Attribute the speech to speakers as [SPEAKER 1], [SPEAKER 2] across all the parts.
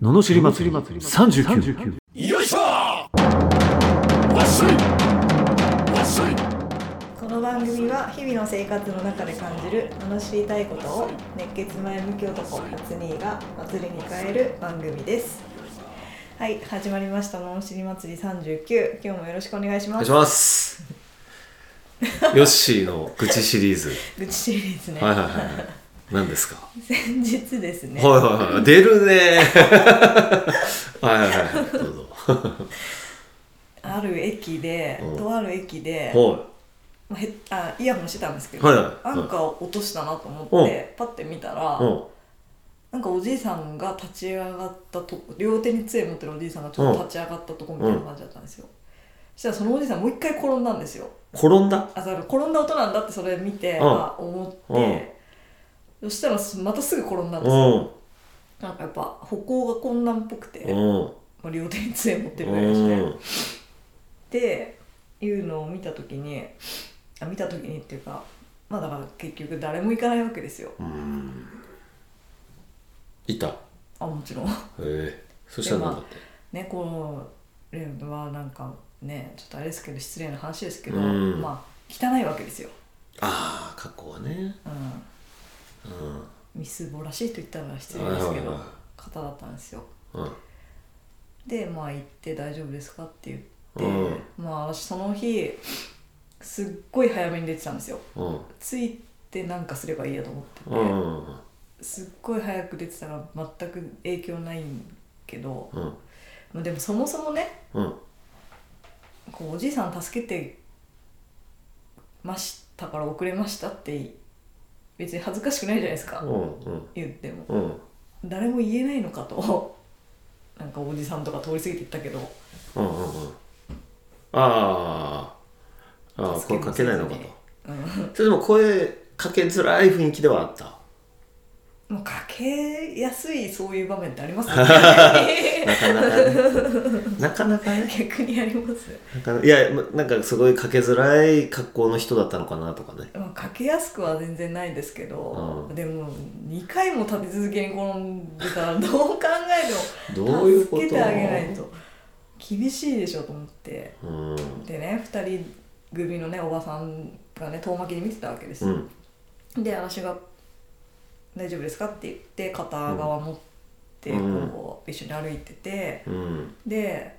[SPEAKER 1] ののしり祭り39
[SPEAKER 2] よいしょわっしょいわっしょい
[SPEAKER 3] この番組は日々の生活の中で感じる楽しりたいことを熱血前向き男カツニーが祭りに変える番組ですはい始まりました「のんしり祭り39」今日もよろしくお願いし
[SPEAKER 4] お願
[SPEAKER 3] ま
[SPEAKER 4] い
[SPEAKER 3] す
[SPEAKER 4] します。ヨッシーの愚痴シリーズ。
[SPEAKER 3] 愚痴シリーズね、
[SPEAKER 4] はいはいはいはい。何ですか。は
[SPEAKER 3] 先日ですね、
[SPEAKER 4] いはいはい。出るね。はいはいはい。どうぞ。
[SPEAKER 3] ある駅で、
[SPEAKER 4] うん
[SPEAKER 3] とある駅で、
[SPEAKER 4] は
[SPEAKER 3] まあ、へあイヤホンしてたんですけど、
[SPEAKER 4] はいはい
[SPEAKER 3] なんか落としたなと思って、
[SPEAKER 4] う
[SPEAKER 3] パッて見たら、
[SPEAKER 4] い。うん。
[SPEAKER 3] なんかおじいさんが立ち上がったとこ両手に杖持ってるおじいさんがちょっと立ち上がったとこみたいな感じだったんですよ、そしたらそのおじいさんもう一回転んだんですよ
[SPEAKER 4] 転んだ。
[SPEAKER 3] あだから転んだ音なんだってそれ見て、
[SPEAKER 4] うん
[SPEAKER 3] あ思って、そしたらすまたすぐ転んだんですよ、
[SPEAKER 4] うん。
[SPEAKER 3] なんかやっぱ歩行が困難っぽくて、
[SPEAKER 4] う
[SPEAKER 3] ま
[SPEAKER 4] ん。
[SPEAKER 3] あ、両手に杖持ってるだけして、
[SPEAKER 4] うん。
[SPEAKER 3] っていうのを見た時にあ見た時にっていうかまあだから結局誰も行かないわけですよ
[SPEAKER 4] うん。いた。へ
[SPEAKER 3] あもちろん
[SPEAKER 4] え。そしたら何だって。
[SPEAKER 3] ねこれはなんかねちょっとあれですけど失礼な話ですけど、
[SPEAKER 4] うん
[SPEAKER 3] まあ汚いわけですよ、
[SPEAKER 4] ああ、格好はね。
[SPEAKER 3] うん、
[SPEAKER 4] う
[SPEAKER 3] みすぼらしいと言ったら失礼ですけ
[SPEAKER 4] はいはい
[SPEAKER 3] ど
[SPEAKER 4] はい
[SPEAKER 3] 方だったんですよ
[SPEAKER 4] ん。うん。
[SPEAKER 3] でまあ行って「大丈夫ですか?」って言って、
[SPEAKER 4] う
[SPEAKER 3] まあ私その日すっごい早めに出てたんですよ
[SPEAKER 4] うん。
[SPEAKER 3] ついてなんかすればいいやと思ってて、
[SPEAKER 4] うん。
[SPEAKER 3] すっごい早く出てたら全く影響ないんけど、
[SPEAKER 4] うん。
[SPEAKER 3] まあ、でもそもそもね
[SPEAKER 4] うん。
[SPEAKER 3] こうおじいさん助けてましたから遅れましたって別に恥ずかしくないじゃないですか、
[SPEAKER 4] うん。うん。
[SPEAKER 3] 言っても
[SPEAKER 4] うん。
[SPEAKER 3] 誰も言えないのかと なんかおじさんとか通り過ぎていったけど
[SPEAKER 4] うんうんうんあーあー
[SPEAKER 3] 助
[SPEAKER 4] 声
[SPEAKER 3] け
[SPEAKER 4] か
[SPEAKER 3] も
[SPEAKER 4] け
[SPEAKER 3] せず
[SPEAKER 4] ない
[SPEAKER 3] に
[SPEAKER 4] のかと
[SPEAKER 3] うん
[SPEAKER 4] それでも声かけづらい雰囲気ではあった
[SPEAKER 3] もうかけやすいそういう場面ってありますよね
[SPEAKER 4] なかなかねなかなかね
[SPEAKER 3] 逆にあります、
[SPEAKER 4] なかないやまなんかすごいかけづらい格好の人だったのかなとかね
[SPEAKER 3] まあ、かけやすくは全然ないですけど、
[SPEAKER 4] うん
[SPEAKER 3] でも2回も立て続けに転んでたらどう考えても
[SPEAKER 4] どういうこと
[SPEAKER 3] 助けてあげないと厳しいでしょと思って
[SPEAKER 4] うん
[SPEAKER 3] でね2人組のねおばさんがね遠巻きに見てたわけです
[SPEAKER 4] う
[SPEAKER 3] よ、
[SPEAKER 4] ん
[SPEAKER 3] で私が「大丈夫ですか?」って言って片側持って
[SPEAKER 4] うん
[SPEAKER 3] こう一緒に歩いてて
[SPEAKER 4] うん
[SPEAKER 3] で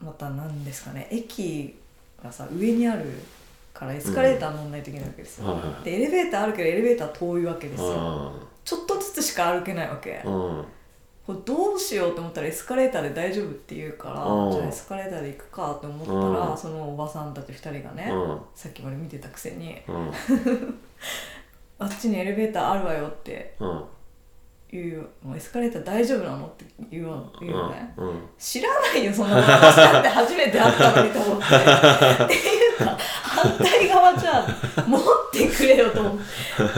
[SPEAKER 3] また何ですかね駅がさ上にあるからエスカレーター乗んないといけないわけですよ、
[SPEAKER 4] はいは
[SPEAKER 3] でエレベーターあるけどエレベーター遠いわけで
[SPEAKER 4] い
[SPEAKER 3] すよちょっとずつしか歩けないわけ
[SPEAKER 4] うん
[SPEAKER 3] これどうしようと思ったらエスカレーターで大丈夫って言うから
[SPEAKER 4] うん
[SPEAKER 3] じゃあエスカレーターで行くかと思った
[SPEAKER 4] う
[SPEAKER 3] ら
[SPEAKER 4] ん
[SPEAKER 3] そのおばさんたち2人がね
[SPEAKER 4] うん
[SPEAKER 3] さっきまで見てたくせに
[SPEAKER 4] うん
[SPEAKER 3] あっちにエレベーターあるわよって
[SPEAKER 4] うん
[SPEAKER 3] 言うもうエスカレーター大丈夫なのって言うわ言うのね
[SPEAKER 4] うん
[SPEAKER 3] 知らないよそんなの私だって初めて会ったのにと思ってっていうか反対側じゃあ持ってくれよと思って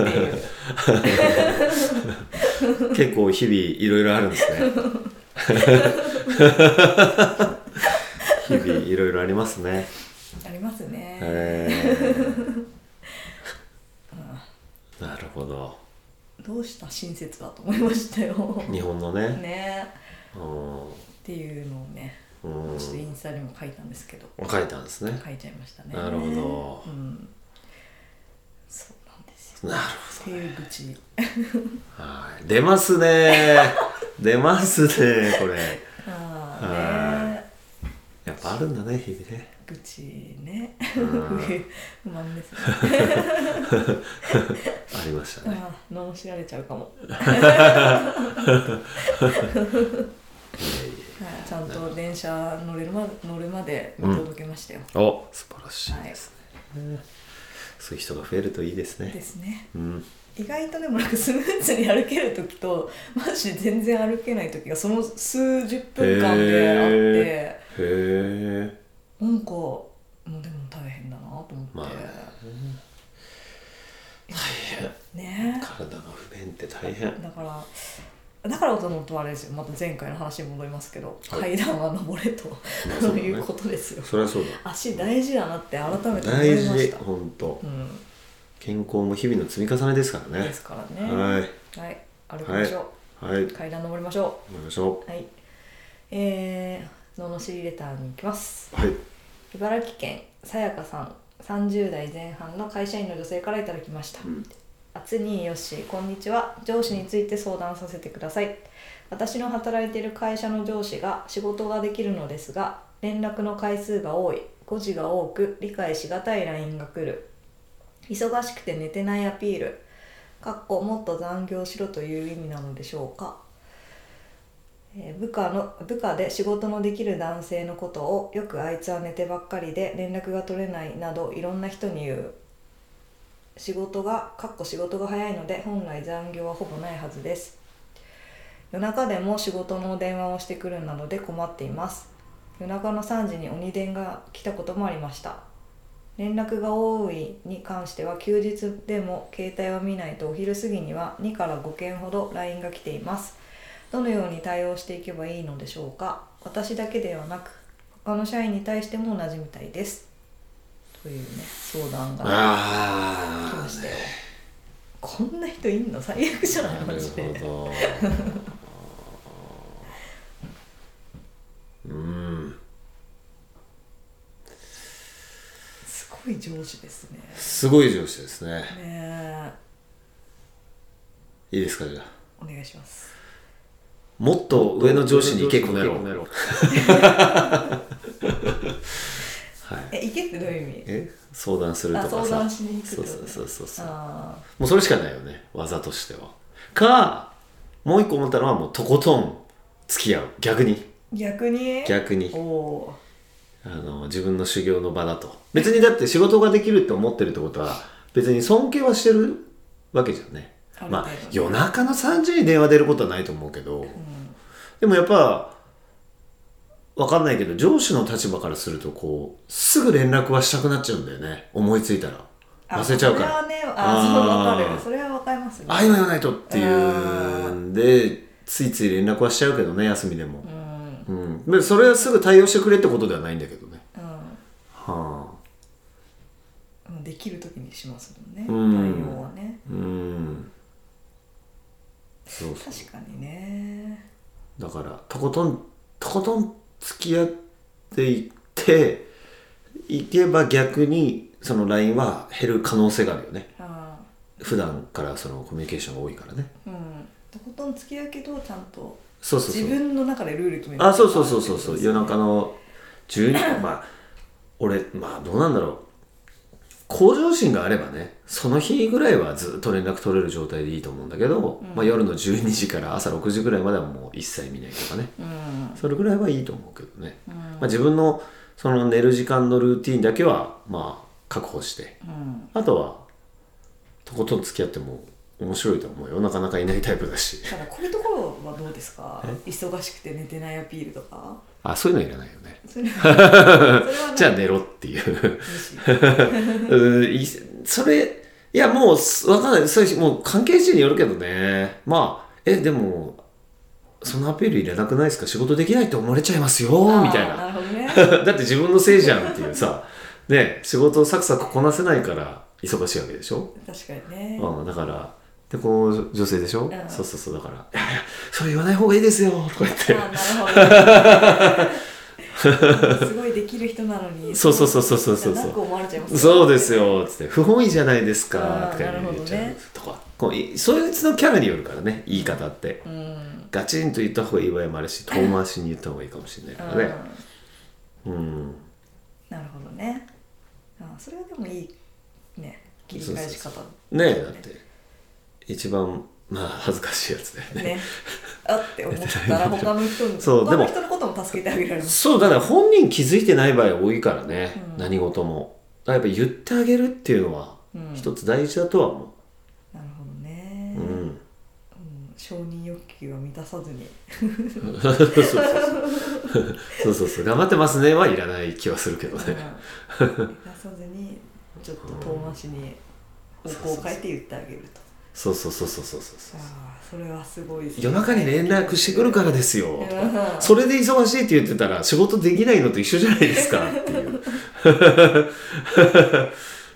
[SPEAKER 3] っていう
[SPEAKER 4] 結構日々いろいろあるんですね日々いろいろありますね
[SPEAKER 3] ありますね、
[SPEAKER 4] へーなるほど
[SPEAKER 3] どうした親切だと思いましたよ
[SPEAKER 4] 日本のね
[SPEAKER 3] ね
[SPEAKER 4] うん
[SPEAKER 3] っていうのをね
[SPEAKER 4] うん
[SPEAKER 3] ちょっとインスタにも書いたんですけど
[SPEAKER 4] 書いたんですね
[SPEAKER 3] 書いちゃいましたね
[SPEAKER 4] なるほ
[SPEAKER 3] ど、うん、そうなんですよ
[SPEAKER 4] なる
[SPEAKER 3] っていう愚痴
[SPEAKER 4] ほどはい出ます ね出ますねこれ
[SPEAKER 3] ああね
[SPEAKER 4] やっぱあるんだね日々ね
[SPEAKER 3] 愚痴ね
[SPEAKER 4] うん
[SPEAKER 3] 不満ですね
[SPEAKER 4] ありましたね
[SPEAKER 3] ああ罵られちゃうかもはいちゃんと電車乗れるま乗るまで見届けましたよ、
[SPEAKER 4] お素晴らしい
[SPEAKER 3] はい
[SPEAKER 4] ですね、そういう人が増えるといいですね
[SPEAKER 3] ですね
[SPEAKER 4] うん
[SPEAKER 3] 意外とでもなんかスムーズに歩ける時とマジで全然歩けない時がその数十分間であって、
[SPEAKER 4] へへえ
[SPEAKER 3] なんかもうでも大変だなと思って、
[SPEAKER 4] まあ
[SPEAKER 3] ね
[SPEAKER 4] 体が不便って大変
[SPEAKER 3] だからだからこそ本当あれですよまた前回の話に戻りますけど、
[SPEAKER 4] はい
[SPEAKER 3] 階段は登れ と、
[SPEAKER 4] まあ
[SPEAKER 3] そ
[SPEAKER 4] そううだね
[SPEAKER 3] いうことですよ
[SPEAKER 4] そりゃそう
[SPEAKER 3] 足大事だなって改めて思
[SPEAKER 4] だ
[SPEAKER 3] い
[SPEAKER 4] 大
[SPEAKER 3] まし
[SPEAKER 4] 事
[SPEAKER 3] た、
[SPEAKER 4] 本当
[SPEAKER 3] うん、
[SPEAKER 4] 健康も日々の積み重ねですからね
[SPEAKER 3] ですからね
[SPEAKER 4] はい
[SPEAKER 3] はい、歩きましょう、
[SPEAKER 4] はい
[SPEAKER 3] 階段登りましょ
[SPEAKER 4] 行きましょ
[SPEAKER 3] うはいえー、罵りレターに行きます
[SPEAKER 2] はい
[SPEAKER 3] 茨城県さやかさん30代前半の会社員の女性からいただきました、
[SPEAKER 2] ん
[SPEAKER 3] あつにーよっしーこんにちは上司について相談させてください私の働いている会社の上司が仕事ができるのですが連絡の回数が多い誤字が多く理解しがたい LINE が来る忙しくて寝てないアピールかっこもっと残業しろという意味なのでしょうかえー部下の部下で仕事のできる男性のことをよくあいつは寝てばっかりで連絡が取れないなどいろんな人に言う仕事がかっこ仕事が早いので本来残業はほぼないはずです夜中でも仕事の電話をしてくるなどで困っています夜中の3時に鬼電が来たこともありました連絡が多いに関しては休日でも携帯を見ないとお昼過ぎには2から5件ほど LINE が来ていますどのように対応していけばいいのでしょうか私だけではなく他の社員に対しても同じみたいですというね相談が来
[SPEAKER 4] あ
[SPEAKER 3] ましたよこんな人いんの最悪じゃない
[SPEAKER 4] あな
[SPEAKER 3] マ
[SPEAKER 4] る
[SPEAKER 3] ジで
[SPEAKER 4] ほどうん
[SPEAKER 3] すごい上司ですね
[SPEAKER 4] すごい上司ですね
[SPEAKER 3] ねえ
[SPEAKER 4] いいですかじゃあ
[SPEAKER 3] お願いします
[SPEAKER 4] もっと上の上司に行けこねろはい
[SPEAKER 3] え行けってどういう意味
[SPEAKER 4] え相談すると
[SPEAKER 3] あ
[SPEAKER 4] かさ
[SPEAKER 3] 相談しに行くって
[SPEAKER 4] そ
[SPEAKER 3] こ
[SPEAKER 4] う
[SPEAKER 3] と
[SPEAKER 4] そうそうそうそう
[SPEAKER 3] ああ
[SPEAKER 4] もうそれしかないよね技としてはかもう一個思ったのはもうとことん付き合う逆に
[SPEAKER 3] 逆に
[SPEAKER 4] 逆に
[SPEAKER 3] おお
[SPEAKER 4] あの自分の修行の場だと別にだって仕事ができるって思ってるってことは別に尊敬はしてるわけじゃんね
[SPEAKER 3] ある程度
[SPEAKER 4] まあ夜中の3時に電話出ることはないと思うけど、でもやっぱわかんないけど上司の立場からするとこうすぐ連絡はしたくなっちゃうんだよね思いついたら
[SPEAKER 3] ー
[SPEAKER 4] 忘れちゃうから
[SPEAKER 3] それはねああそうわか
[SPEAKER 4] あ
[SPEAKER 3] る
[SPEAKER 4] ー
[SPEAKER 3] それはわかりますね
[SPEAKER 4] ああ今言わないとっていうんでついつい連絡はしちゃうけどね休みでも
[SPEAKER 3] う、ん
[SPEAKER 4] うんでそれはすぐ対応してくれってことではないんだけどねはあ
[SPEAKER 3] うんできる時にしますもんね
[SPEAKER 4] うん
[SPEAKER 3] 対応はね
[SPEAKER 4] うんそうそう
[SPEAKER 3] 確かにね
[SPEAKER 4] だからとことんとことん付き合っていっていけば逆にその LINE は減る可能性があるよね
[SPEAKER 3] ああ
[SPEAKER 4] 普段からそのコミュニケーションが多いからね
[SPEAKER 3] うんとことん付き合うけどちゃんと
[SPEAKER 4] そうそうそう
[SPEAKER 3] 自分の中でルール決める
[SPEAKER 4] あそうそうそうそうそう夜中
[SPEAKER 3] の
[SPEAKER 4] の12時 まあ俺まあどうなんだろう向上心があればねその日ぐらいはずっと連絡取れる状態でいいと思うんだけど、まあ、夜の12時から朝6時ぐらいまではもう一切見ないとかね
[SPEAKER 3] うん
[SPEAKER 4] それぐらいはいいと思うけどね、
[SPEAKER 3] うん
[SPEAKER 4] まあ、自分のその寝る時間のルーティンだけはまあ確保して
[SPEAKER 3] うん
[SPEAKER 4] あとはとことん付き合っても面白いと思うよなかなかいないタイプだし
[SPEAKER 3] ただこういうところはどうですか忙しくて寝てないアピールとか
[SPEAKER 4] あそういうのいらないよね
[SPEAKER 3] そ れはそれはない
[SPEAKER 4] じゃあ寝ろっていう
[SPEAKER 3] むしろ
[SPEAKER 4] うーいそれ、いや、もうす、わかんない。それ、もう関係値によるけどね。まあ、え、でも、そのアピールいらなくないですか仕事できないって思われちゃいますよ、みたいな。
[SPEAKER 3] あー なるほどね
[SPEAKER 4] だって自分のせいじゃんっていうさ、ね、仕事をサクサクこなせないから忙しいわけでしょ、
[SPEAKER 3] 確かにね
[SPEAKER 4] うん、だから、で、こう、女性でしょ、
[SPEAKER 3] ん
[SPEAKER 4] そうそうそう、だから、いやいや、それ言わない方がいいですよ、とか言 って。
[SPEAKER 3] あーなるほどねすごいできる人なの に
[SPEAKER 4] そうそうそうそうそうそう
[SPEAKER 3] なんか思われちゃいますね
[SPEAKER 4] そうですよつって不本意じゃないですか
[SPEAKER 3] あー
[SPEAKER 4] とか言っちゃ
[SPEAKER 3] な
[SPEAKER 4] う
[SPEAKER 3] るほどね
[SPEAKER 4] とかこういそいつのキャラによるからね言い方って
[SPEAKER 3] うん
[SPEAKER 4] ガチンと言った方がいい場合もある し遠回しに言った方がいいかもしれないからね
[SPEAKER 3] うん
[SPEAKER 4] うん
[SPEAKER 3] なるほどねあそれはでもいいね切り返し方
[SPEAKER 4] ねえだって一番まあ恥ずかしいやつだよね
[SPEAKER 3] ねあって思っ たら他の人に
[SPEAKER 4] そう
[SPEAKER 3] 他の
[SPEAKER 4] で
[SPEAKER 3] 人のことも助けてあげられます
[SPEAKER 4] そうだから本人気づいてない場合多いからね
[SPEAKER 3] うん
[SPEAKER 4] 何事もだからやっぱ言ってあげるっていうのは
[SPEAKER 3] うん
[SPEAKER 4] 一つ大事だとは思
[SPEAKER 3] なるほどね、
[SPEAKER 4] うう
[SPEAKER 3] うん
[SPEAKER 4] ん
[SPEAKER 3] 承認欲求は満たさずに
[SPEAKER 4] そうそうそうそうそうそう頑張ってますねはいらない気はするけど
[SPEAKER 3] うん
[SPEAKER 4] ね、
[SPEAKER 3] 満たさずにちょっと遠回しに方向を変えて言ってあげると
[SPEAKER 4] そうそうそうそうそうそうそう
[SPEAKER 3] ああそれはすごいですね
[SPEAKER 4] 夜中に連絡してくるからですよとか
[SPEAKER 3] うん
[SPEAKER 4] それで忙しいって言ってたら仕事できないのと一緒じゃないですかっていう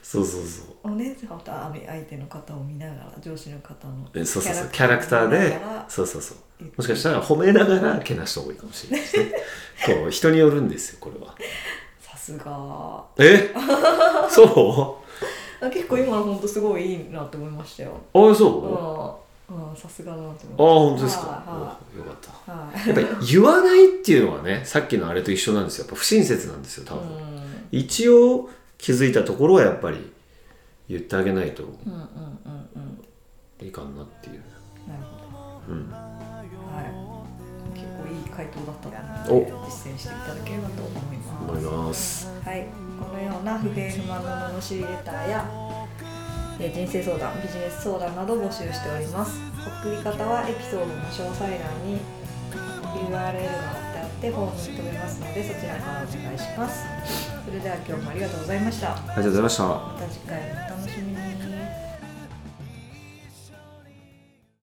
[SPEAKER 4] そうそうそう
[SPEAKER 3] お姉さんと相手の方を見ながら上司の方の
[SPEAKER 4] えそうそうそうキャラクターでそうそうそうもしかしたら褒めながらけなした方がいいかもしれないです ねこう人によるんですよこれは
[SPEAKER 3] さすが
[SPEAKER 4] えそ
[SPEAKER 3] あ結構今の本当すごいいいなと思いましたよ
[SPEAKER 4] うあそうう、あ
[SPEAKER 3] んうんさすがだなと思って
[SPEAKER 4] 本当ですか、
[SPEAKER 3] は
[SPEAKER 4] およかった
[SPEAKER 3] いはい
[SPEAKER 4] やっぱり言わないっていうのはねさっきのあれと一緒なんですよやっぱ不親切なんですよ多分、
[SPEAKER 3] うん
[SPEAKER 4] 一応気づいたところはやっぱり言ってあげないと
[SPEAKER 3] うんうんうんうん
[SPEAKER 4] いかんなっていう、
[SPEAKER 3] なるほ
[SPEAKER 4] うん、
[SPEAKER 3] どはい結構いい回答だったな
[SPEAKER 4] お
[SPEAKER 3] 実践していただければと思います
[SPEAKER 4] 思います
[SPEAKER 3] はい、このような不平不満の罵りレターやえー人生相談ビジネス相談など募集しております送り方はエピソードの詳細欄に URL が貼ってあってフォームに飛べますのでそちらからお願いしますそれでは今日もありがとうございました
[SPEAKER 4] ありがとうございました
[SPEAKER 3] また次回もお楽しみに